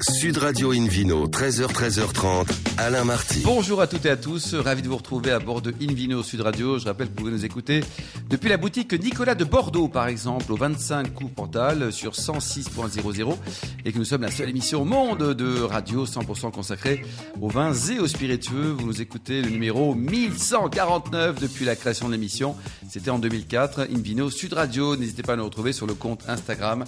Sud Radio Invino, 13h, 13h30, Alain Marty. Bonjour à toutes et à tous, ravi de vous retrouver à bord de Invino Sud Radio. Je rappelle que vous pouvez nous écouter depuis la boutique Nicolas de Bordeaux, par exemple, au 25 Cours Pantal sur 106.00 et que nous sommes la seule émission au monde de radio 100% consacrée aux vins et aux spiritueux. Vous nous écoutez le numéro 1149 depuis la création de l'émission. C'était en 2004, Invino Sud Radio. N'hésitez pas à nous retrouver sur le compte Instagram.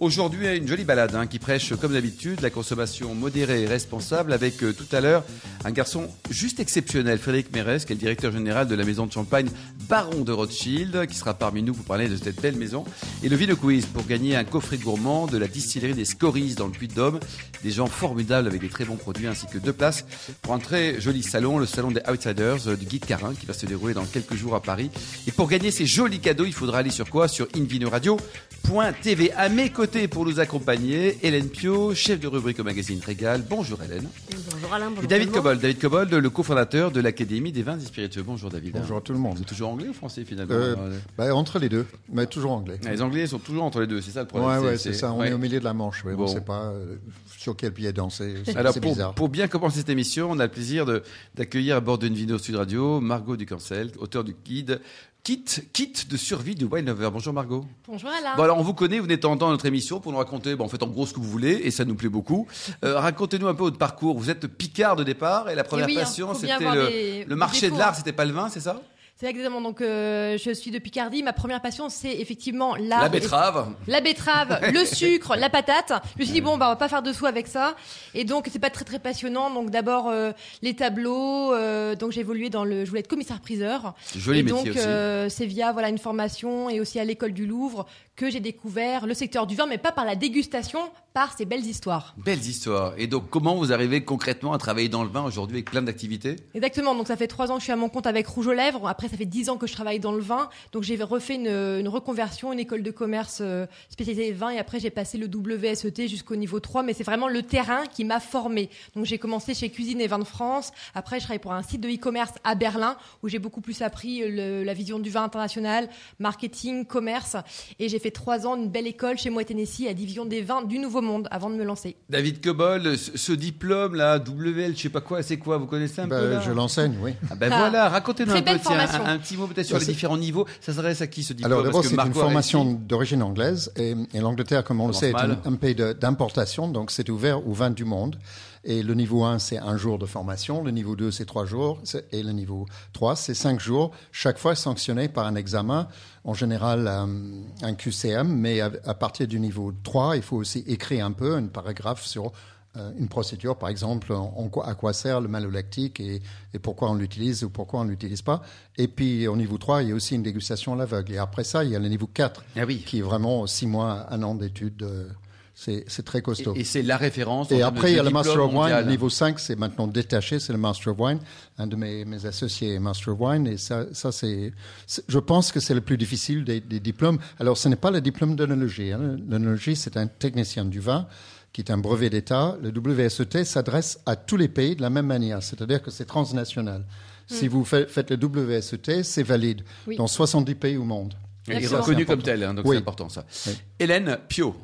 Aujourd'hui, une jolie balade hein, qui prêche, comme d'habitude, la consommation modérée et responsable avec euh, tout à l'heure un garçon juste exceptionnel, Frédéric Mérès, qui est le directeur général de la maison de champagne Baron de Rothschild, qui sera parmi nous pour parler de cette belle maison. Et le Vino Quiz pour gagner un coffret gourmand de la distillerie des Scories dans le Puy-de-Dôme. Des gens formidables avec des très bons produits ainsi que deux places pour un très joli salon, le salon des Outsiders euh, du Guide Carin qui va se dérouler dans quelques jours à Paris. Et pour gagner ces jolis cadeaux, il faudra aller sur quoi Sur invinoradio.tv. À mes côtés pour nous accompagner, Hélène Pio, chef de rubrique au magazine Régal. Bonjour Hélène. Bonjour Alain, bonjour. Et David tout le monde. Cobold, David Cobold, le cofondateur de l'Académie des vins et spiritueux. Bonjour David. Bonjour à tout le Vous monde. êtes toujours anglais ou français finalement Euh, Alors, euh, bah, entre les deux, mais toujours anglais. Les Anglais sont toujours entre les deux, c'est ça le Ouais, problème. ouais, c'est ça. On ouais. est au milieu de la Manche. ouais, Bon. On ne sait pas euh, sur quel pied danser. C'est Alors c'est pour, bizarre. pour bien commencer cette émission, on a le plaisir de- d'accueillir à bord d'une vidéo Sud Radio Margot Ducancel, auteur du guide Kit, kit de survie du Winover. Bonjour Margot. Bonjour Alain. Bon alors on vous connaît, vous venez de temps en temps à notre émission pour nous raconter bon, en fait en gros ce que vous voulez et ça nous plaît beaucoup. Euh, Racontez-nous un peu votre parcours. Vous êtes picard de départ et la Et première oui, hein, passion faut bien c'était avoir le, des- le marché des de défauts, l'art, hein. c'était pas le vin, c'est ça C'est exactement. Donc, euh, je suis de Picardie. Ma première passion, c'est effectivement l'art. La et- betterave. La betterave, le sucre, la patate. Je me suis dit bon, bah, on va pas faire de sous avec ça. Et donc, c'est pas très très passionnant. Donc, d'abord euh, les tableaux. euh, donc, j'ai évolué dans le. Je voulais être commissaire priseur. Joli et métier donc, aussi. euh, c'est via voilà une formation et aussi à l'école du Louvre que j'ai découvert le secteur du vin, mais pas par la dégustation, par ces belles histoires. Belles histoires. Et donc, comment vous arrivez concrètement à travailler dans le vin aujourd'hui avec plein d'activités Exactement. Donc ça fait trois ans que je suis à mon compte avec Rouge aux Lèvres. Après, ça fait dix ans que je travaille dans le vin. Donc j'ai refait une, une reconversion, une école de commerce euh, spécialisée vin. Et après, j'ai passé le WSET jusqu'au niveau 3. Mais c'est vraiment le terrain qui m'a formé. Donc j'ai commencé chez Cuisine et Vin de France. Après, je travaille pour un site de e-commerce à Berlin où j'ai beaucoup plus appris euh, le- la vision du vin international, marketing, commerce. Et j'ai fait trois ans une belle école chez moi à Tennessee à Division des vins du Nouveau Monde avant de me lancer. David Cobol, ce ce diplôme là, WL, je sais pas quoi, c'est quoi Vous connaissez un Bah, peu là je l'enseigne, oui. Ah ben Ah. voilà, racontez-nous Très un peu, belle tiens, un, formation. un petit mot peut-être sur Bah, les c'est- différents niveaux. Ça s'adresse à qui ce diplôme Alors d'abord, Parce que c'est une Marco a formation réussi. d'origine anglaise et, et l'Angleterre, comme on le Commence sait, est mal. un, un pays de- d'importation, donc c'est ouvert aux vins du monde. Et le niveau 1, c'est un jour de formation, le niveau 2, c'est trois jours, c'est- et le niveau 3, c'est cinq jours, chaque fois sanctionné par un examen, en général euh, un QCM, mais à, à partir du niveau 3, il faut aussi écrire un peu un paragraphe sur euh, une procédure, par exemple, en- en quoi- à quoi sert le malolactique et, et pourquoi on l'utilise ou pourquoi on ne l'utilise pas. Et puis au niveau 3, il y a aussi une dégustation à l'aveugle. Et après ça, il y a le niveau 4, Ah oui. qui est vraiment six mois, un an d'études. euh, C'est c'est très costaud. Et, et c'est la référence. en Et termes de- après, il y a de le Master of diplôme Wine, mondial. le niveau 5, c'est maintenant détaché, c'est le Master of Wine. Un de mes, mes associés est Master of Wine, et ça, ça c'est, c'est- je pense que c'est le plus difficile des, des diplômes. Alors, ce n'est pas le diplôme d'onologie. Hein. L'onologie, c'est un technicien du vin qui est un brevet d'État. Le WSET s'adresse à tous les pays de la même manière, c'est-à-dire que c'est transnational. Si vous fait- faites le WSET, c'est valide Oui. dans 70 pays au monde. Elle est D'accord. reconnue C'est comme important. telle, hein, donc Oui. c'est important ça. Oui. Hélène Pio.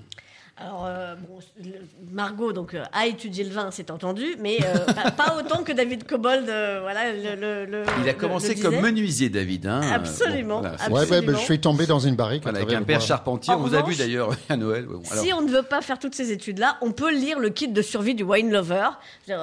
Alors, euh, bon, le- Margot donc, euh, a étudié le vin, c'est entendu, mais euh, pas, pas autant que David Cobold. euh, voilà, le, le- le- Il Euh, a le- commencé le comme disait. menuisier, David. hein. Absolument, Bon, voilà, c'est- Ouais, ouais, Absolument. ben, je suis tombé dans une barrique. à voilà, avec travers un le père bois. charpentier, En on vous a vu revanche, d'ailleurs à Noël. Ouais, bon, alors- Si on ne veut pas faire toutes ces études-là, on peut lire le kit de survie du wine lover.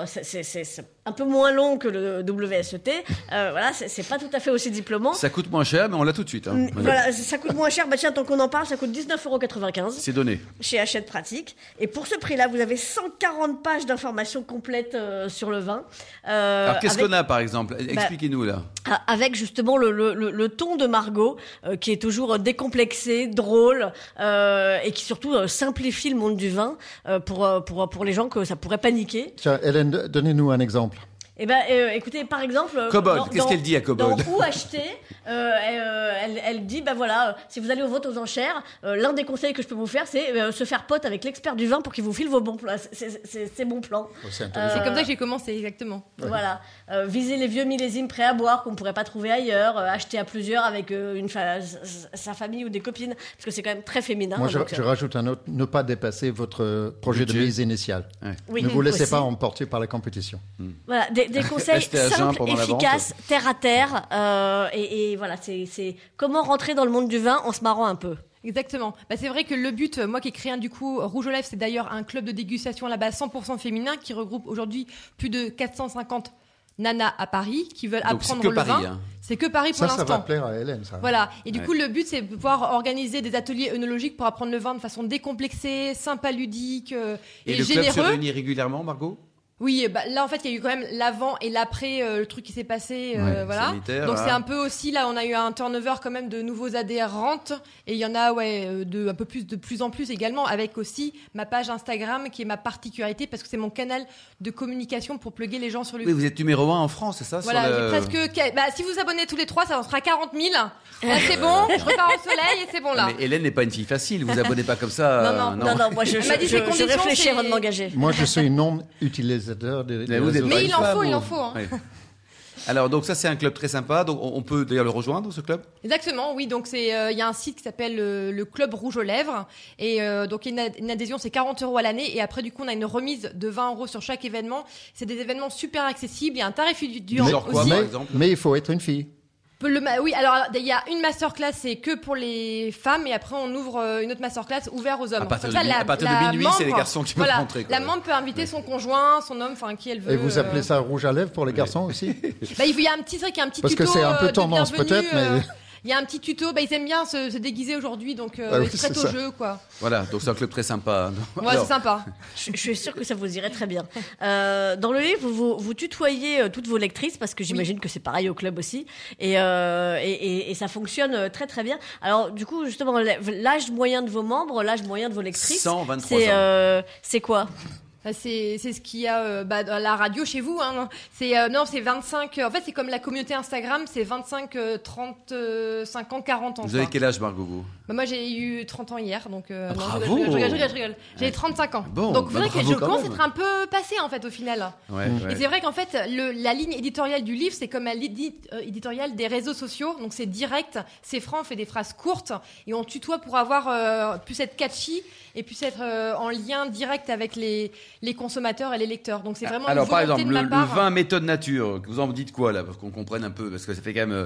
C'est- c'est- C'est c'est un peu moins long que le WSET. Euh, voilà, c'est- c'est pas tout à fait aussi diplômant. Ça coûte moins cher, mais on l'a tout de suite. hein. Mm, Voilà, ça coûte moins cher. Bah tiens, tant qu'on en parle, ça coûte 19,95 C'est donné. Euh, chez Hachette Pratique. Et pour ce prix-là, vous avez 140 pages d'informations complètes euh, sur le vin. Euh, Alors qu'est-ce avec- qu'on a par exemple Bah, Expliquez-nous là. Ah, Avec justement le, le- le- le ton de Margot, euh, qui est toujours euh, décomplexé, drôle, euh, et qui surtout euh, simplifie le monde du vin euh, pour, euh, pour, pour les gens que ça pourrait paniquer. Tiens, Hélène, donnez-nous un exemple. Eh ben, euh, écoutez, par exemple. euh, Cobol, dans- qu'est-ce dans- qu'elle dit à Cobol dans Où acheter euh, elle, euh, elle, elle dit, ben voilà, euh, si vous allez au vote aux enchères, euh, l'un des conseils que je peux vous faire, c'est euh, se faire pote avec l'expert du vin pour qu'il vous file vos bons plans. C'est- c'est- C'est ses bons plans. Oh, c'est Euh, intéressant. C'est comme ça que j'ai commencé, exactement. Voilà. Euh, viser les vieux millésimes prêts à boire qu'on ne pourrait pas trouver ailleurs, euh, acheter à plusieurs avec euh, une fa- s- sa famille ou des copines, parce que c'est quand même très féminin. Moi, je, donc, euh, je rajoute un autre ne pas dépasser votre projet de Budget. mise initiale. oui, ne vous laissez aussi. pas emporter par la compétition. Voilà, des, des conseils Restez à jeun simples, pendant la vente. efficaces, terre à terre. euh, et, et voilà, c'est c'est comment rentrer dans le monde du vin en se marrant un peu. Exactement. Bah, c'est vrai que le but, euh, moi qui ai créé un, du coup Rouge aux Lèvres, c'est d'ailleurs un club de dégustation là-bas 100% féminin qui regroupe aujourd'hui plus de 450 nanas à Paris qui veulent Donc, c'est apprendre que le Paris, vin. hein. C'est que Paris pour Ça, ça va l'instant. plaire à Hélène, ça. Voilà. Et du Ouais. coup, le but, c'est de pouvoir organiser des ateliers œnologiques pour apprendre le vin de façon décomplexée, sympa, ludique euh, Et, et, le club se généreux. réunit régulièrement, Margot Oui, et bah, là en fait, il y a eu quand même l'avant et l'après euh, le truc qui s'est passé, euh, Ouais, voilà. sanitaire, Donc c'est hein. un peu aussi là, on a eu un turnover quand même de nouveaux adhérentes et il y en a ouais euh, de un peu plus de plus en plus également avec aussi ma page Instagram qui est ma particularité parce que c'est mon canal de communication pour plugger les gens sur le. Oui, vous êtes numéro un en France, c'est ça sur Voilà, le- j'ai presque. que- Bah, si vous vous abonnez tous les trois, ça en sera 40 000. Là, c'est bon, je repars au soleil et c'est bon là. Ah, Mais Hélène n'est pas une fille facile, vous abonnez pas comme ça. Non, euh, non, Non, non, moi je, Elle je, m'a dit je- ses je conditions, réfléchis c'est- avant de m'engager. Moi, je suis non-utilisateur des, des Mais vous êtes réseaux pas Mais il une en femme, faut, il vous. en faut, hein. Ouais. Alors, donc ça, c'est un club très sympa. Donc, on on peut d'ailleurs le rejoindre, ce club Exactement, oui. Donc c'est, euh, il y a un site qui s'appelle euh, le Club Rouge aux Lèvres, et euh, donc il y a une, ad- une adhésion, c'est 40 euros à l'année, et après du coup on a une remise de 20 euros sur chaque événement. C'est des événements super accessibles, il y a un tarif du Genre quoi, aussi. par mais, exemple mais il faut être une fille. Le ma- oui, alors il y a une masterclass, c'est que pour les femmes, et après on ouvre euh, une autre masterclass ouverte aux hommes. À partir de Comme ça, min- la- à partir de la minuit, c'est les membre- garçons qui peuvent voilà, rentrer, quoi. La membre peut inviter son conjoint, son homme, enfin qui elle veut. Et vous euh. appelez ça rouge à lèvres pour les garçons aussi Bah, il y a un petit truc, il y a un petit Parce que tuto. c'est un peu euh, de tendance, bienvenue, peut-être, mais- euh, Il y a un petit tuto, bah, ils aiment bien se, se déguiser aujourd'hui, donc euh, Ah oui, ils se prêtent c'est au ça. jeu, quoi. Voilà, donc c'est un club très sympa. Non, Ouais, alors, c'est sympa. Je, je suis sûre que ça vous irait très bien. Euh, dans le livre, vous, vous, vous tutoyez euh, toutes vos lectrices parce que j'imagine que c'est pareil au club aussi. Et, euh, et, et- et ça fonctionne euh, très très bien. Alors, du coup, justement, l'âge moyen de vos membres, l'âge moyen de vos lectrices, 123 c'est ans. euh, c'est quoi Ça, C'est c'est ce qu'il y a euh, bah, dans la radio chez vous. Hein. C'est euh, non, c'est 25. euh, en fait, c'est comme la communauté Instagram, c'est 25, euh, 30, euh, 50, 40 ans. Vous quoi. avez quel âge, Margot vous Bah, moi, j'ai eu 30 ans hier, donc. euh, non, je Bravo. rigole, je rigole, je rigole, je rigole. J'ai 35 ans. Bon, donc, bah, faudrait que bravo je quand commence à même. être un peu passé en fait au final. Ouais, ouais. Et c'est vrai qu'en Mm. fait, le- la ligne éditoriale du livre, c'est comme la ligne édit- euh, éditoriale des réseaux sociaux. Donc c'est direct, c'est franc, on fait des phrases courtes et on tutoie pour avoir euh, puisse être catchy et puisse être euh, en lien direct avec les, les consommateurs et les lecteurs. Donc c'est vraiment une Ah, Alors, par volonté exemple, de le, ma le part. vin méthode nature, vous en dites quoi là Parce qu'on comprenne un peu, parce que ça fait quand même euh,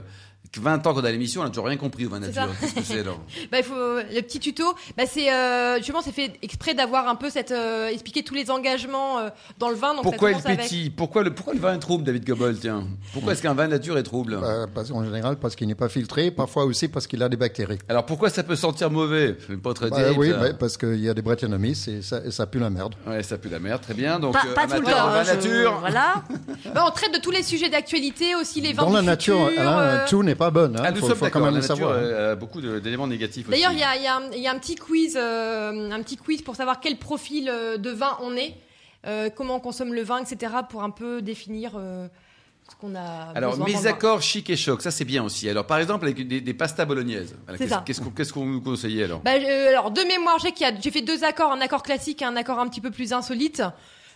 20 ans qu'on a l'émission, on n'a toujours rien compris au vin C'est nature. ça. Qu'est-ce que c'est alors Bah, il faut le petit tuto. Bah, c'est euh, justement c'est fait exprès d'avoir un peu cette euh, expliquer tous les engagements euh, dans le vin. Donc Pourquoi il ça commence avec- pétille pourquoi le, pourquoi le vin est trouble, David Gobel Tiens, pourquoi est-ce qu'un vin nature est trouble Euh, parce- En général, parce qu'il n'est pas filtré, parfois aussi parce qu'il a des bactéries. Alors pourquoi ça peut sentir mauvais C'est Pas très Bah, terrible, oui, ça. mais parce qu'il y a des brétanomistes et ça, et ça pue la merde. Ouais, ça pue la merde, très bien. Donc, Pas, euh, pas tout le amateur temps. en vin hein, je- nature. Voilà. Bah, on traite de tous les sujets d'actualité, aussi les vins Dans du la nature, futur, Alain, euh, tout n'est pas bon. Il Ah, nous faut, sommes faut d'accord, quand même la le nature savoir. hein. euh, a beaucoup de- d'éléments négatifs aussi. D'ailleurs, il y a, il y a un- il y a un petit quiz, euh, un petit quiz pour savoir quel profil euh, de vin on est, euh, comment on consomme le vin, etc., pour un peu définir euh, ce qu'on a. Alors, besoin dans le mes vin. accords chic et choc, ça c'est bien aussi. Alors, par exemple, avec des, des pastas bolognaises. Voilà, C'est qu'est-ce- ça. Qu'est-ce qu'on qu'est-ce qu'on nous conseillait alors Bah, euh, alors, de mémoire, j'ai qu'il y a- j'ai fait deux accords, un accord classique et un accord un petit peu plus insolite.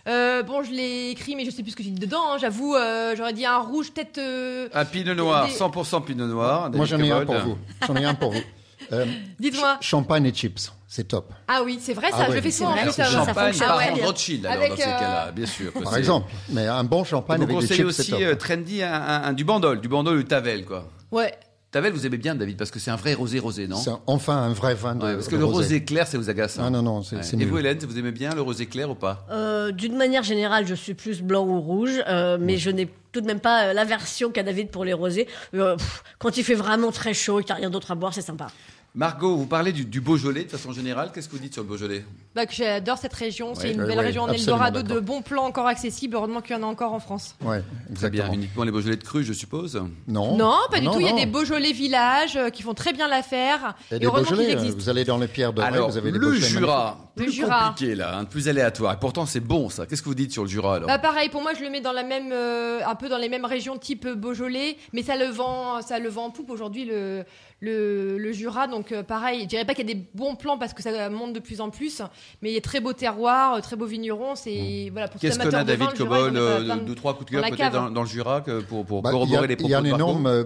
Euh, bon, je l'ai écrit, mais je sais plus ce que j'ai dit dedans. hein, J'avoue, euh, j'aurais dit un rouge, peut-être. euh, Un pinot noir, des- 100% pinot noir. Moi, j'en ai un David pour Cobold. vous. J'en ai un pour vous. Euh, Ah, Dites-moi. champagne et chips, c'est top. Ah oui, c'est vrai, ça. Ah je ouais, le fais c'est souvent. vrai, en Alors, plus, c'est champagne, ça- champagne, fonctionne par très contre, bien. Rothschild, alors, Avec, dans ces euh, cas-là, bien sûr. que Par c'est- exemple, mais un bon champagne Vous avec des conseillez chips, c'est aussi top. euh, trendy un, un- un- du bandol, du bandol ou tavel, quoi. Ouais. Tavel, vous aimez bien, David, parce que euh, c'est un vrai rosé-rosé, non C'est un- enfin un vrai vin de, Ouais, Parce que de le rosé clair, ça vous agace. hein. Ah non, non, c'est Ouais. c'est Et nul. vous, Hélène, vous aimez bien le rosé clair ou pas Euh, D'une manière générale, je suis plus blanc ou rouge, euh, mais je n'ai tout de même pas euh, l'aversion qu'a David pour les rosés. Euh, pff, quand il fait vraiment très chaud et qu'il n'y a rien d'autre à boire, c'est sympa. Margot, vous parlez du, du Beaujolais de façon générale. Qu'est-ce que vous dites sur le Beaujolais Bah, que j'adore cette région. C'est Ouais, une euh, belle ouais, région en absolument Eldorado de d'accord. bons plans encore accessibles. Heureusement qu'il y en a encore en France. Ouais, Très bien, exactement. uniquement les Beaujolais de cru, je suppose. Non, Non, pas du tout. Il y Oh. a non. des Beaujolais villages euh, qui font très bien l'affaire. Et Et, des heureusement Beaujolais, qu'ils euh, existent. vous allez dans les pierres dorées, Alors, vous avez des le Beaujolais Jura, Le plus Jura. compliqué là, hein, plus aléatoire. Et pourtant, c'est bon ça. Qu'est-ce que vous dites sur le Jura alors Bah pareil, pour moi, je le mets dans la même, euh, un peu dans les mêmes régions type euh, Beaujolais, mais ça le vend, ça le vend en poupe aujourd'hui le, le, le Jura. Donc euh, pareil, je dirais pas qu'il y a des bons plans parce que ça monte de plus en plus, mais il y a très beaux terroirs, euh, très beaux vignerons. C'est voilà pour tous les Qu'est-ce qu'on amateurs a, de David vin, le Jura, ils en Cobol ont euh, plein de- Deux, trois coups de dans cœur la peut-être cave. dans, dans le Jura que- pour, pour Bah, il y corroborer a- les propos Il y a un de Margot énorme euh,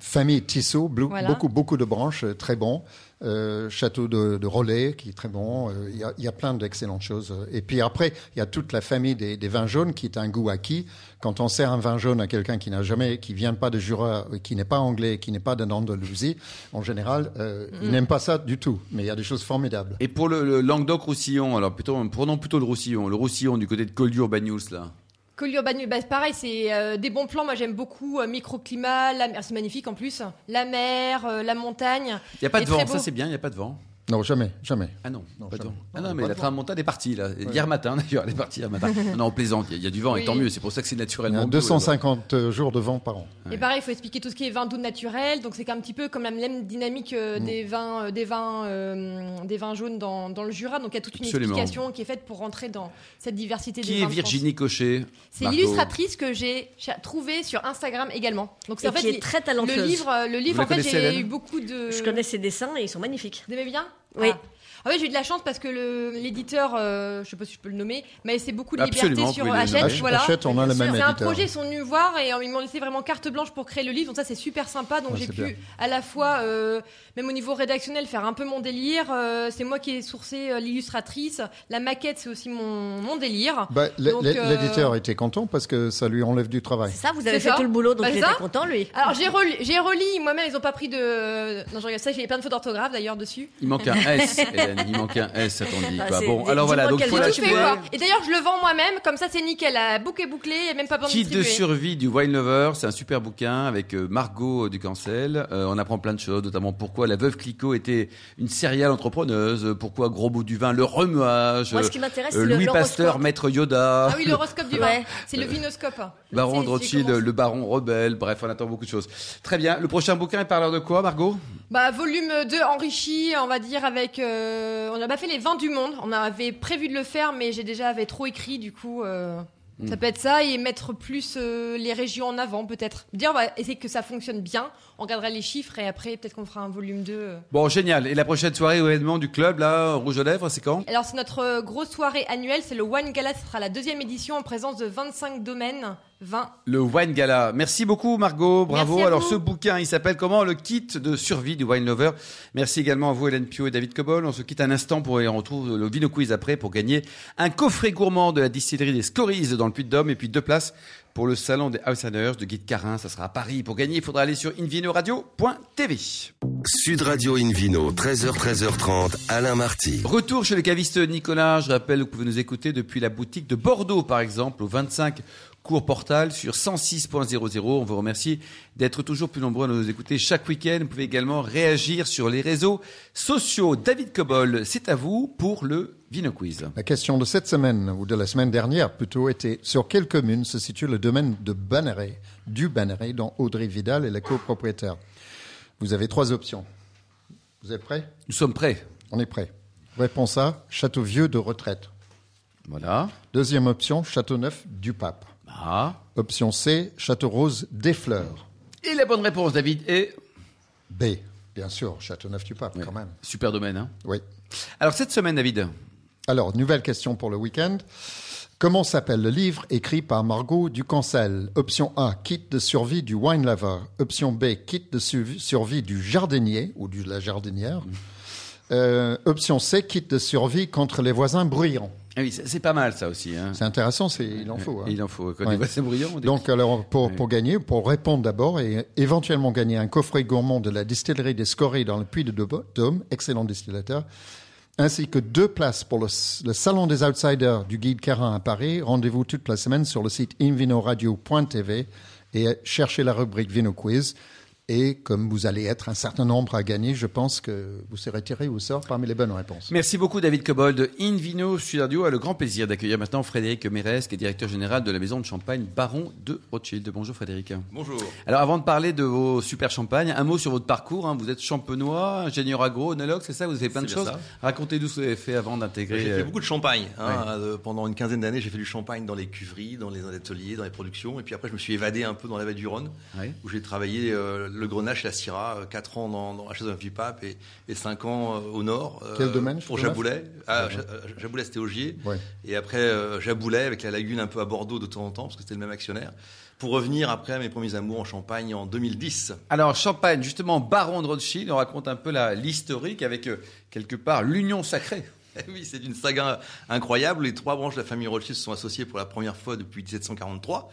famille Tissot, blou- Voilà. beaucoup, beaucoup de branches, euh, très bon. Euh, château de, de Rolay, qui est très bon. Euh, Il y a- il y, a plein d'excellentes choses. Euh, Et puis après, il y a toute la famille des, des vins jaunes, qui est un goût acquis. Quand on sert un vin jaune à quelqu'un qui n'a jamais, qui vient pas de Jura, euh, qui n'est pas anglais, qui n'est pas d'Andalousie, en général, euh, Mm. il n'aime pas ça du tout. Mais il y a des choses formidables. Et pour le, le Languedoc-Roussillon, alors plutôt, prenons plutôt le Roussillon, le Roussillon du côté de Collioure-Bagnous là. Collioure-Bagneux, bah, pareil, c'est euh, des bons plans. Moi, j'aime beaucoup euh, microclimat, la mer, c'est magnifique en plus, la mer, euh, la montagne. Il n'y a pas Et de très vent, beau. ça c'est bien, il n'y a pas de vent. Non, jamais, jamais. Ah non, Non, pas de jamais. vent. Ah Non, non, pas mais de la vent. tramontane est partie là. Hier matin d'ailleurs, elle est partie hier matin. non, on plaisante, il y, a- il y a du vent et Oui. tant mieux, c'est pour ça que c'est naturel. Il y a 250 jours de vent par an. Ouais. Et pareil, il faut expliquer tout ce qui est vin doux naturel. Donc c'est un petit peu comme la même dynamique euh, des vins, euh, des vins, euh, des vins jaunes dans, dans le Jura. Donc il y a toute une Absolument. explication qui est faite pour rentrer dans cette diversité des Qui vins est de France. Virginie Cochet C'est Margot l'illustratrice que j'ai cher- trouvée sur Instagram également. Donc c'est Et en fait qui il- est très talentueuse. le livre, euh, le livre. la en fait, connaissez, j'ai Hélène eu beaucoup de. Je connais ses dessins et ils sont magnifiques. Vous aimez bien Oui. Ah. En fait, j'ai eu de la chance parce que le- l'éditeur, euh, je sais pas si je peux le nommer, m'a laissé beaucoup de liberté Absolument, sur vous pouvez le Hachette. nommer. voilà. Hachette, on a le C'est même un éditeur. projet, ils sont venus voir et euh, ils m'ont laissé vraiment carte blanche pour créer le livre. Donc ça, c'est super sympa. Donc Ouais, j'ai c'est pu, bien. à la fois, euh, même au niveau rédactionnel, faire un peu mon délire. Euh, c'est moi qui ai sourcé euh, l'illustratrice. La maquette, c'est aussi mon, mon délire. Bah, l'é- Donc, l'é- euh, L'éditeur était content parce que ça lui enlève du travail. C'est ça, vous avez C'est fait ça. tout le boulot, donc Bah, il c'est était ça. content, lui. Alors j'ai relu, j'ai relis. Moi-même, ils ont pas pris de. Non, je regarde ça. J'ai plein de fautes d'orthographe d'ailleurs dessus. Il manque un S, Hélène, il manque un S, attendez. Ah, quoi. c'est- Bah bon, dis- alors voilà, dis-moi donc quel faut vin Tout tu l'acheter. fait, quoi. Et d'ailleurs, je le vends moi-même. Comme ça, c'est nickel. La boucle est bouclée. et même pas besoin de Kit de distribuer. survie du Wine Lover, c'est un super bouquin avec euh, Margot euh, Ducancel. Euh, on apprend plein de choses, notamment pourquoi la veuve Clicot était une serial entrepreneuse, euh, pourquoi Gros Bout du Vin, le remuage, Moi, euh, ce qui m'intéresse, euh, c'est le Louis l'horoscope. Pasteur, Maître Yoda, Ah oui, l'horoscope du vin. Ouais. C'est le vinoscope. le baron c'est- de j'ai Rothschild, commencé. le baron rebelle, bref, on attend beaucoup de choses. Très bien, le prochain bouquin est parleur de quoi, Margot Bah, volume 2 enrichi, on va dire, avec. euh, on n'a pas fait les vins du monde. On avait prévu de le faire, mais j'ai déjà avait trop écrit, du coup. euh, Ça peut être ça et mettre plus euh, les régions en avant, peut-être. Dire, on va essayer que ça fonctionne bien. On regardera les chiffres et après, peut-être qu'on fera un volume 2. euh. Bon, génial. Et la prochaine soirée ou événement du club, là, Rouge aux Lèvres, c'est quand Alors, c'est notre euh, grosse soirée annuelle. C'est le Wine Gala. Ce sera la deuxième édition en présence de 25 domaines. 20. Le Wine Gala. Merci beaucoup Margot, bravo. Merci à Alors vous. ce bouquin, il s'appelle comment Le kit de survie du Wine Lover. Merci également à vous Hélène Pio et David Cobol. On se quitte un instant pour et on retrouve le Vino Quiz après pour gagner un coffret gourmand de la distillerie des Scories dans le Puy-de-Dôme et puis deux places pour le salon des Outsiders de Guy de Carin. Ça sera à Paris. Pour gagner, il faudra aller sur invinoradio.tv. Sud Radio Invino, 13h, 13h30, Alain Marty. Retour chez le caviste Nicolas. Je rappelle que vous pouvez nous écouter depuis la boutique de Bordeaux, par exemple, au 25 Cours Portal sur 106.00. On vous remercie d'être toujours plus nombreux à nous écouter chaque week-end. Vous pouvez également réagir sur les réseaux sociaux. David Cobol, c'est à vous pour le Vino Quiz. La question de cette semaine, ou de la semaine dernière plutôt, était sur quelle commune se situe le domaine de Banneret, du Banneret, dont Audrey Vidal est la copropriétaire Vous avez trois options. Vous êtes prêts Nous sommes prêts. On est prêts. Réponse A, Château-Vieux de retraite. Voilà. Deuxième option, Château-Neuf du Pape. Ah. Option C, Château-Rose des Fleurs. Et la bonne réponse, David, est... B, bien sûr, Château-Neuf du Pape, quand même. Super domaine. hein. Oui. Alors cette semaine, David, Alors, nouvelle question pour le week-end. Comment s'appelle le livre écrit par Margot Ducancel Option A, kit de survie du wine lover. Option B, kit de su- survie du jardinier ou de la jardinière. Euh, option C, kit de survie contre les voisins bruyants. ah oui, c'est c'est pas mal ça aussi. hein. C'est intéressant, c'est, il en faut. hein. Il en faut. Quand Ouais. il voit c'est brillant, on dit- Donc, alors, pour, pour gagner, pour répondre d'abord et éventuellement gagner un coffret gourmand de la distillerie des Scories dans le Puy de Dôme, excellent distillateur, ainsi que deux places pour le, s- le Salon des Outsiders du Guide Carin à Paris. Rendez-vous toute la semaine sur le site invinoradio.tv et cherchez la rubrique Vino Quiz. Et comme vous allez être un certain nombre à gagner, je pense que vous serez tiré au sort parmi les bonnes réponses. Merci beaucoup David Cobold. Invino Sud Radio a le grand plaisir d'accueillir maintenant Frédéric Mérez, qui est directeur général de la maison de champagne Baron de Rothschild. Bonjour Frédéric. Bonjour. Alors avant de parler de vos super champagnes, un mot sur votre parcours. hein. Vous êtes champenois, ingénieur agro, onologue, c'est ça Vous avez fait plein de C'est bien choses. ça. Racontez-nous ce que vous avez fait avant d'intégrer. J'ai euh, fait beaucoup de champagne. hein. Euh, pendant une quinzaine d'années, j'ai fait du champagne dans les cuveries, dans les ateliers, dans les productions. Et puis après, je me suis évadé un peu dans la vallée du Rhône, Ouais. où j'ai travaillé euh, le Grenache et la Syrah, 4 ans dans, dans la chaise d'un pipape et, et 5 ans euh, au nord. euh, Quel domaine, Pour Grenache Jaboulet. Ah, Ja- euh, Jaboulet, c'était Augier. Ouais. Et après, euh, Jaboulet, avec la lagune un peu à Bordeaux de temps en temps, parce que c'était le même actionnaire. Pour revenir après à mes premiers amours en Champagne en 2010. Alors champagne, justement, Baron de Rothschild, on raconte un peu la- l'historique avec euh, quelque part l'union sacrée. Oui, c'est une saga incroyable. Les trois branches de la famille Rothschild se sont associées pour la première fois depuis 1743.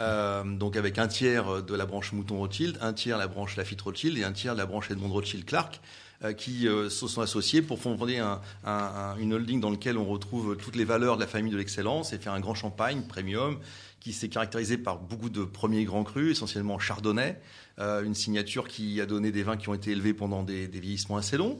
Euh, donc avec un tiers de la branche Mouton Rothschild, un tiers la branche Lafitte Rothschild et un tiers la branche Edmond Rothschild Clark, euh, qui euh, se sont associés pour fonder un- un- un- une holding dans laquelle on retrouve toutes les valeurs de la famille de l'excellence et faire un grand champagne premium qui s'est caractérisé par beaucoup de premiers grands crus, essentiellement chardonnay, euh, une signature qui a donné des vins qui ont été élevés pendant des, des vieillissements assez longs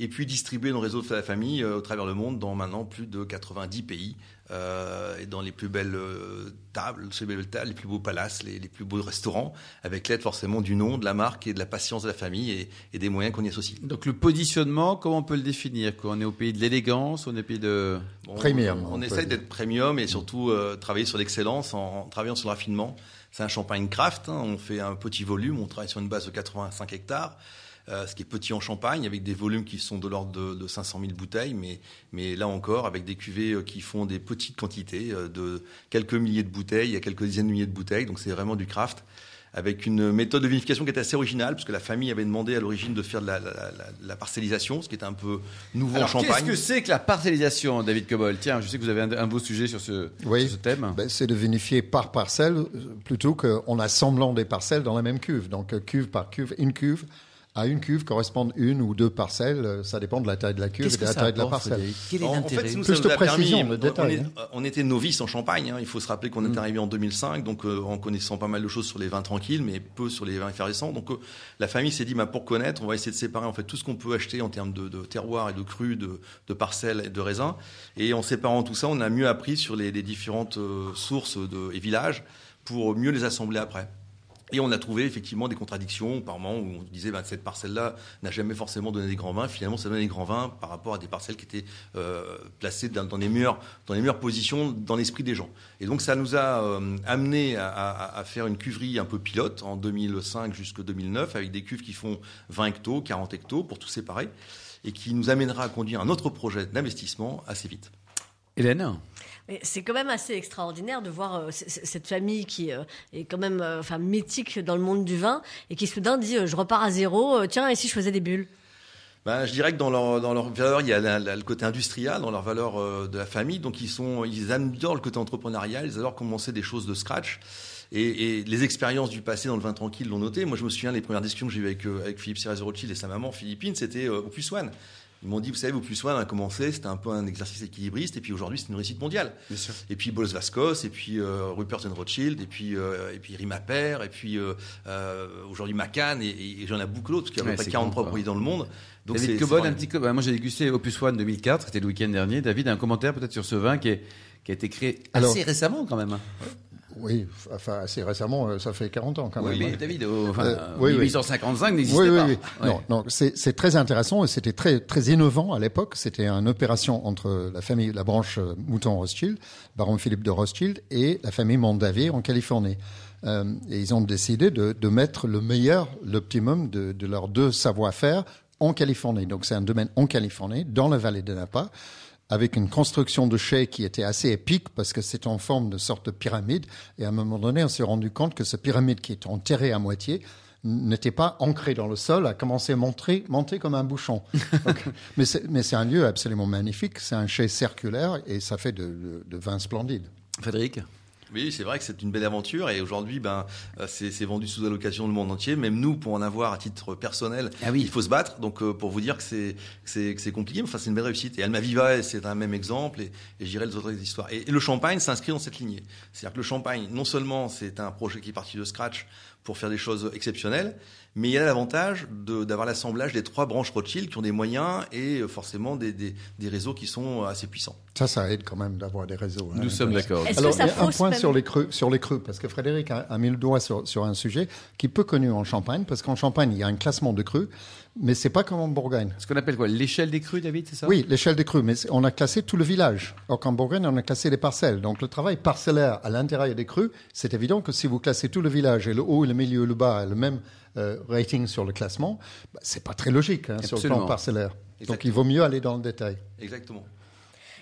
et puis distribuer nos réseaux de la famille euh, au travers le monde dans maintenant plus de 90 pays euh, et dans les plus belles euh, tables, les, plus belles tables, les plus beaux palaces, les, les plus beaux restaurants, avec l'aide forcément du nom, de la marque et de la patience de la famille et, et des moyens qu'on y associe. Donc le positionnement, comment on peut le définir quoi On est au pays de l'élégance, on est au pays de... Bon, Premium, On, on peut essaye dire. d'être premium et surtout euh, travailler sur l'excellence en, en travaillant sur le raffinement. C'est un champagne craft, hein, on fait un petit volume, on travaille sur une base de 85 hectares. euh, ce qui est petit en Champagne, avec des volumes qui sont de l'ordre de, de 500 000 bouteilles, mais, mais là encore, avec des cuvées euh, qui font des petites quantités, euh, de quelques milliers de bouteilles à quelques dizaines de milliers de bouteilles, donc c'est vraiment du craft, avec une méthode de vinification qui est assez originale, parce que la famille avait demandé à l'origine de faire de la, la- la- la parcellisation, ce qui est un peu nouveau Alors, en Champagne. qu'est-ce que c'est que la parcellisation, David Cobol Tiens, je sais que vous avez un, un beau sujet sur ce, Oui. sur ce thème. Ben, c'est de vinifier par parcelle euh, plutôt qu'en assemblant des parcelles dans la même cuve. Donc euh, cuve par cuve, une cuve. À une cuve correspondent une ou deux parcelles. euh, Ça dépend de la taille de la cuve et Qu'est-ce de que la ça taille de la apporte, parcelle. Frédéric Quel est En- en l'intérêt fait, nous, Plus ça de nous a précision, permis- le on- détail, on, est- hein. Mm. euh, on était novices en Champagne. hein. Il faut se rappeler qu'on est arrivé en 2005, donc euh, en connaissant pas mal de choses sur les vins tranquilles, mais peu sur les vins effervescents. Donc euh, la famille s'est dit, bah, pour connaître, on va essayer de séparer en fait tout ce qu'on peut acheter en termes de, de terroir et de cru, de, de parcelles et de raisins. Et en séparant tout ça, on a mieux appris sur les, les différentes euh, sources de, et villages pour mieux les assembler après. Et on a trouvé effectivement des contradictions par moment où on disait bah, cette parcelle-là n'a jamais forcément donné des grands vins. Finalement, ça donne des grands vins par rapport à des parcelles qui étaient euh, placées dans, dans les meilleures, dans les meilleures positions dans l'esprit des gens. Et donc ça nous a euh, amené à, à- à faire une cuverie un peu pilote en 2005 jusqu'en 2009 avec des cuves qui font 20 hectos, 40 hectos pour tout séparer et qui nous amènera à conduire un autre projet d'investissement assez vite. Hélène Mais C'est quand même assez extraordinaire de voir euh, c- c- cette famille qui euh, est quand même euh, enfin mythique dans le monde du vin et qui soudain dit euh, je repars à zéro euh, tiens et si je faisais des bulles Ben, je dirais que dans leur, dans leur valeur, il y a la- la- le côté industriel, dans leur valeur euh, de la famille. Donc, ils, sont, ils adorent le côté entrepreneurial, ils adorent commencer des choses de scratch. Et, et les expériences du passé dans le vin tranquille l'ont noté. Moi, je me souviens, les premières discussions que j'ai eues avec, euh, avec Philippe Serrazerotil et sa maman Philippine, c'était euh, au Puy-Soine. Ils m'ont dit, vous savez, au Puy-Soine, on a commencé, c'était un peu un exercice équilibriste, et puis aujourd'hui, c'est une réussite mondiale. Bien sûr. Et puis Bols Vascos, et puis euh, Rupert and Rothschild, et puis, euh, et puis Rimaper, et puis euh, euh, aujourd'hui Macan, et, et- et j'en ai beaucoup d'autres, parce qu'il y a à Ouais, peu près c'est 43 grand, quoi. pays dans le monde. c'est- David c'est Cobol, un formidable. petit co- bah, Moi, j'ai dégusté Opus One 2004, c'était le week-end dernier. David, un commentaire peut-être sur ce vin qui, est- qui a été créé Alors- assez récemment quand même. Oui, enfin, assez récemment, euh, ça fait 40 ans quand oui, même. hein. mais David, au- enfin, Euh, oui, oui. 1855 n'existait oui, pas. oui, oui. Ouais. Non, non, c'est c'est très intéressant et c'était très très innovant à l'époque. C'était une opération entre la famille, la branche euh, Mouton Rothschild, baron Philippe de Rothschild, et la famille Mondavier en Californie. Euh, et ils ont décidé de, de mettre le meilleur, l'optimum de, de leurs deux savoir-faire en Californie. Donc c'est un domaine en Californie, dans la vallée de Napa avec une construction de chais qui était assez épique parce que c'est en forme de sorte de pyramide. Et à un moment donné, on s'est rendu compte que ce pyramide qui était enterré à moitié n'était pas ancré dans le sol, a commencé à monter, monter comme un bouchon. Donc, mais c'est mais c'est un lieu absolument magnifique. C'est un chai circulaire et ça fait de, de, de vin splendide. Frédéric Oui, c'est vrai que c'est une belle aventure et aujourd'hui, ben, euh, c'est c'est vendu sous allocation le monde entier. Même nous, pour en avoir à titre personnel, Ah oui. il faut se battre. Donc, euh, pour vous dire que c'est que c'est que c'est compliqué, mais enfin, c'est une belle réussite. Et Alma Viva, c'est un même exemple. Et, et je dirais les autres histoires. Et, et le champagne s'inscrit dans cette lignée. C'est-à-dire que le champagne, non seulement c'est un projet qui est parti de scratch pour faire des choses exceptionnelles. Mais il y a l'avantage de- d'avoir l'assemblage des trois branches Rothschild qui ont des moyens et euh, forcément des, des- des réseaux qui sont assez puissants. Ça, ça aide quand même d'avoir des réseaux. hein. Nous sommes d'accord. Est-ce Alors, que ça il y a un fausse point même- sur les creux, sur les creux, parce que Frédéric a, a mis le doigt sur, sur un sujet qui est peu connu en Champagne, parce qu'en Champagne, il y a un classement de creux, mais c'est pas comme en Bourgogne. Ce qu'on appelle quoi L'échelle des crues, David, c'est ça Oui, l'échelle des creux, mais c'est- on a classé tout le village. Or qu'en Bourgogne, on a classé les parcelles. Donc le travail parcellaire à l'intérieur des creux, c'est évident que si vous classez tout le village et le haut, le milieu, le bas, le même euh, rating sur le classement, bah, c'est pas très logique hein, sur le Absolument. plan parcellaire. Donc Exactement. il vaut mieux aller dans le détail. Exactement.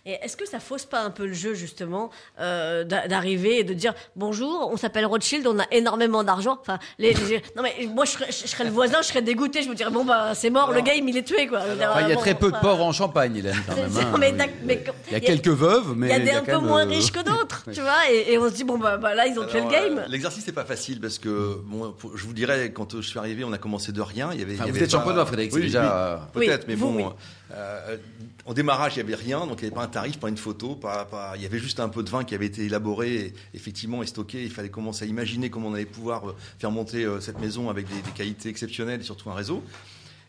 Et est-ce que ça fausse pas un peu le jeu justement euh, d'a- d'arriver et de dire bonjour, on s'appelle Rothschild, on a énormément d'argent. Enfin, les, les- non mais moi je serais, je serais le voisin, je serais dégoûté, je me dirais bon bah c'est mort, le Alors- gars il est tué quoi. Enfin, il y a Ah, Bon, très peu de enfin, pauvres en Champagne, Hélène, quand c'est- même. c'est- hein. non, mais Oui. d'ac- mais quand- Il y a il y a- quelques veuves, mais. Il y a des un quand peu même, moins euh, riches que d'autres, tu vois, et, et on se dit bon bah, bah, là ils ont tué le Alors, game. euh, L'exercice n'est pas facile parce que, bon, pour- je vous dirais, quand je suis arrivé, on a commencé de rien. Il y avait, Enfin, il y vous avait êtes pas- champenois, Frédéric, c'est Oui, déjà, oui, peut-être, Oui, mais vous, bon, oui. euh, en démarrage, il n'y avait rien, donc il n'y avait pas un tarif, pas une photo, pas, pas- il y avait juste un peu de vin qui avait été élaboré, et, effectivement, et stocké. Il fallait commencer à imaginer comment on allait pouvoir euh, faire monter euh, cette maison avec des, des qualités exceptionnelles et surtout un réseau.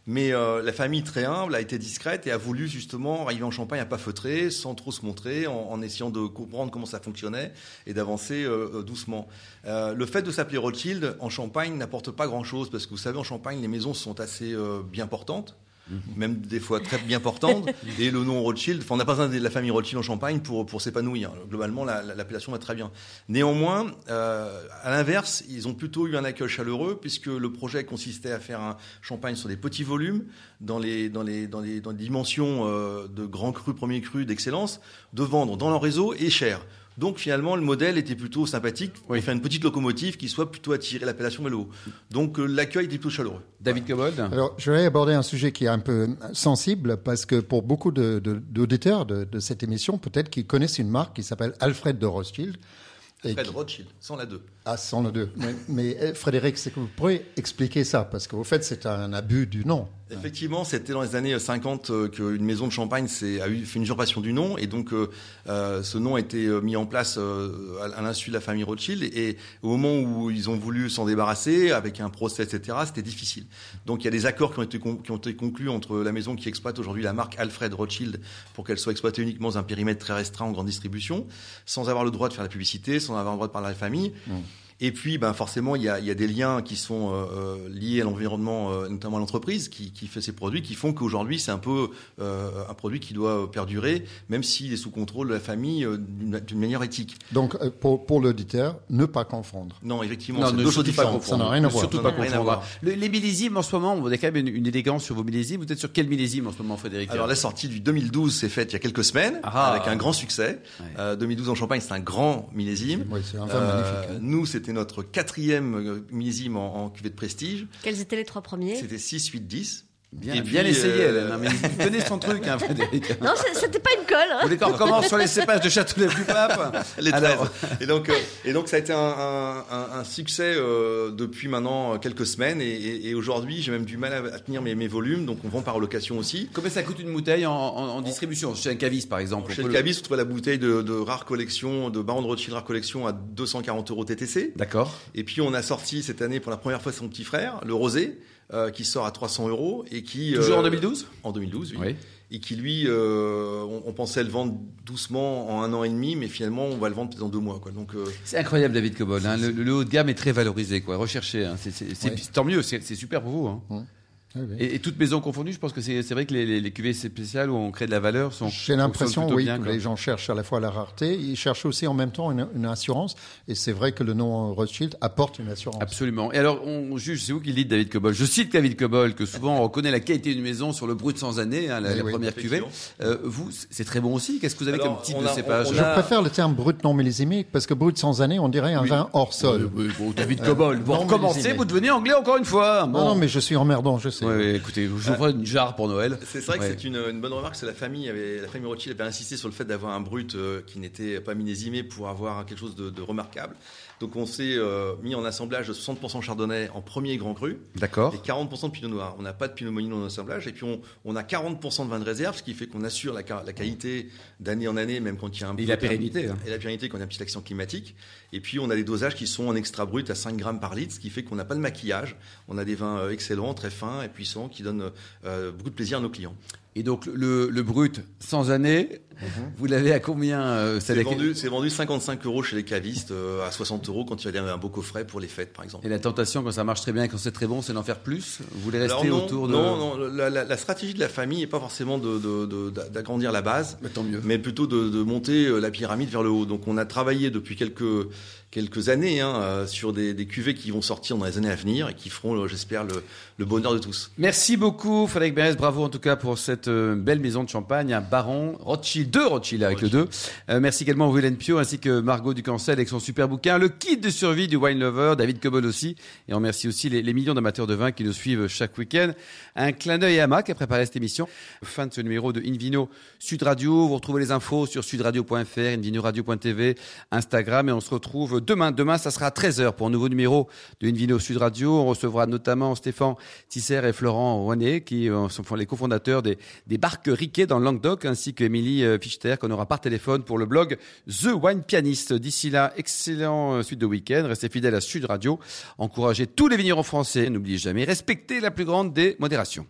Mais euh, la famille très humble a été discrète et a voulu justement arriver en Champagne à pas feutrer, sans trop se montrer, en, en essayant de comprendre comment ça fonctionnait et d'avancer euh, euh, doucement. Euh, le fait de s'appeler Rothschild en Champagne n'apporte pas grand-chose parce que vous savez, en Champagne, les maisons sont assez euh, bien portantes. Même des fois très bien portantes. et le nom Rothschild, enfin, on n'a pas besoin de la famille Rothschild en Champagne pour, pour s'épanouir. Globalement, la- la- l'appellation va très bien. Néanmoins, euh, à l'inverse, ils ont plutôt eu un accueil chaleureux puisque le projet consistait à faire un champagne sur des petits volumes, dans les, dans les, dans les, dans les dimensions euh, de grands cru, premier cru, d'excellence, de vendre dans leur réseau et cher. Donc finalement, le modèle était plutôt sympathique. Oui. On fait une petite locomotive qui soit plutôt attirée l'appellation vers le haut. Donc euh, l'accueil était plutôt chaleureux. David Cobold Alors, je vais aborder un sujet qui est un peu sensible parce que pour beaucoup de- de- d'auditeurs de, de, cette émission, peut-être qu'ils connaissent une marque qui s'appelle Alfred de Rothschild. et Fred qui- Rothschild, sans la 2. Ah, sans le deux. Mais, mais, eh, Frédéric, c'est que vous pourriez expliquer ça parce qu'au fait, c'est un abus du nom. Effectivement, c'était dans les années 50 euh, qu'une maison de champagne s'est- a eu, fait une usurpation du nom. Et donc, euh, euh, ce nom a été euh, mis en place euh, à à l'insu de la famille Rothschild. Et, et au moment où ils ont voulu s'en débarrasser, avec un procès, etc., c'était difficile. Donc, il y a des accords qui ont été, con- qui ont été conclus entre la maison qui exploite aujourd'hui la marque Alfred Rothschild pour qu'elle soit exploitée uniquement dans un périmètre très restreint en grande distribution, sans avoir le droit de faire la publicité, sans avoir le droit de parler à la famille. Et puis, ben forcément, il y a, il y a des liens qui sont euh, euh, liés à l'environnement, euh, notamment à l'entreprise qui, qui fait ces produits, qui font qu'aujourd'hui, c'est un peu euh, un produit qui doit euh, perdurer, même s'il est sous contrôle de la famille euh, d'une d'une manière éthique. Donc, euh, pour, pour l'auditeur, ne pas confondre. Non, effectivement, Non, c'est ne deux choses surtout pas différentes. confondre. Ça n'a rien à Ne voir. Surtout Non, pas non, rien à confondre. voir. Le- les millésimes, en ce moment, vous avez quand même une, une élégance sur vos millésimes. Vous êtes sur quel millésime en ce moment, Frédéric Alors la sortie du 2012 s'est faite il y a quelques semaines Ah. avec un grand succès. Ouais. Euh, 2012 en Champagne, c'est un grand millésime. Euh, Oui, c'est un vin Euh, magnifique, hein. Nous, c'était notre quatrième euh, millésime en, en cuvée de prestige. Quels étaient les trois premiers C'était 6, 8, 10. Bien, Et bien puis, essayé, euh, Hélène. hein, mais vous tenez son truc, hein, Frédéric. Non, c'est- c'était pas une colle. hein. On décore commence sur les cépages de Châteauneuf-du-Pape. Les Alors, 13. Et donc, euh, et donc, ça a été un, un- un- un succès euh, depuis maintenant euh, quelques semaines. Et, et- et aujourd'hui, j'ai même du mal à, à tenir mes, mes volumes. Donc, on vend par location aussi. combien ça coûte une bouteille en, en- en distribution Chez un caviste, par exemple. on Chez peut le- le Cabis, on trouve la bouteille de, de rare collection, de Baron de Rothschild rare collection à 240 euros TTC. D'accord. Et puis, on a sorti cette année pour la première fois son petit frère, le Rosé, euh, qui sort à 300 euros et qui. Toujours en euh, 2012 En 2012, oui. Et qui, lui, euh, on, on pensait le vendre doucement en un an et demi, mais finalement, on va le vendre peut-être dans deux mois. Quoi. Donc, euh, C'est incroyable, David Cobol. hein. Le, le haut de gamme est très valorisé, quoi. Recherché. hein. C'est- c'est- c'est- Ouais. Tant mieux, c'est c'est super pour vous. hein. Oui, Ah oui. Et, et toutes maisons confondues, je pense que c'est c'est vrai que les, les- les cuvées spéciales où on crée de la valeur sont. J'ai sont l'impression, plutôt oui, bien, que quoi. les gens cherchent à la fois la rareté, ils cherchent aussi en même temps une, une assurance. Et c'est vrai que le nom Rothschild apporte une assurance. Absolument. Et alors, on juge, c'est vous qui le dites, David Cobol. Je cite David Cobol, que souvent on reconnaît la qualité d'une maison sur le brut sans année, hein, la, Oui, la oui, première cuvée. Eh effectivement. Euh, vous, c'est très bon aussi. Qu'est-ce que vous avez Alors, comme type on de a- cépage on- on Je a- préfère le terme brut non millésimique parce que brut sans année, on dirait un vin hors sol. Euh, Euh, Oui, oui, bon, David Cobol, vous non, mais recommencez, les aimés. vous devenez anglais encore une fois. Ah Non, Bon. non, mais je suis emmerdant, je sais. Ouais, ouais, écoutez, je vous ferai une jarre pour Noël. C'est vrai que Ouais. c'est une, une bonne remarque. C'est la famille avait la famille Rothschild avait insisté sur le fait d'avoir un brut euh, qui n'était pas minésimé pour avoir quelque chose de, de remarquable. Donc on s'est euh, mis en assemblage de 60% chardonnay en premier grand cru D'accord. et 40% de pinot noir. On n'a pas de pinot meunier dans l'assemblage et puis on, on a 40% de vin de réserve, ce qui fait qu'on assure la, ca- la qualité d'année en année, même quand il y a un Et peu- la pérennité, hein. Et la pérennité quand il y a un petit action climatique. Et puis on a des dosages qui sont en extra brut à 5 grammes par litre, ce qui fait qu'on n'a pas de maquillage. On a des vins euh, excellents, très fins et puissants qui donnent euh, beaucoup de plaisir à nos clients. Et donc, le, le brut, sans année, vous l'avez à combien euh, Mhm. C'est la- vendu, c'est vendu 55 euros chez les cavistes, euh, à 60 euros quand il y a un beau coffret pour les fêtes, par exemple. Et la tentation, quand ça marche très bien et quand c'est très bon, c'est d'en faire plus Vous voulez rester Alors non, autour de. non, non, la, la- la stratégie de la famille n'est pas forcément de- de- de- d'a- d'agrandir la base, Mais tant mieux. mais plutôt de, de monter euh, la pyramide vers le haut. Donc on a travaillé depuis quelques, quelques années hein, euh, sur des, des cuvées qui vont sortir dans les années à venir et qui feront, euh, j'espère, le, le bonheur de tous. Merci beaucoup, Frédéric Bérez. Bravo en tout cas pour cette euh, belle maison de champagne, un baron Rothschild, deux Rothschild avec le deux. Euh, merci également à Hélène Pio ainsi que Margot Ducancel avec son super bouquin, Le kit de survie du wine lover, David Cobol aussi. Et on remercie aussi les, les millions d'amateurs de vin qui nous suivent chaque week-end. Un clin d'œil à Ama qui a préparé cette émission. Fin de ce numéro de Invino Sud Radio. Vous retrouvez les infos sur sudradio.fr, invinoradio.tv, Instagram et on se retrouve demain. Demain, ça sera à 13h pour un nouveau numéro de Invino Sud Radio. On recevra notamment Stéphane Tisser et Florent Rouanet, qui euh, sont les cofondateurs des, des barques Riquet dans le Languedoc, ainsi que Émilie euh, Fichter, qu'on aura par téléphone pour le blog The Wine Pianist. D'ici là, excellent euh, suite de week-end. Restez fidèles à Sud Radio. Encouragez tous les vignerons français. N'oubliez jamais, respectez la plus grande des modérations.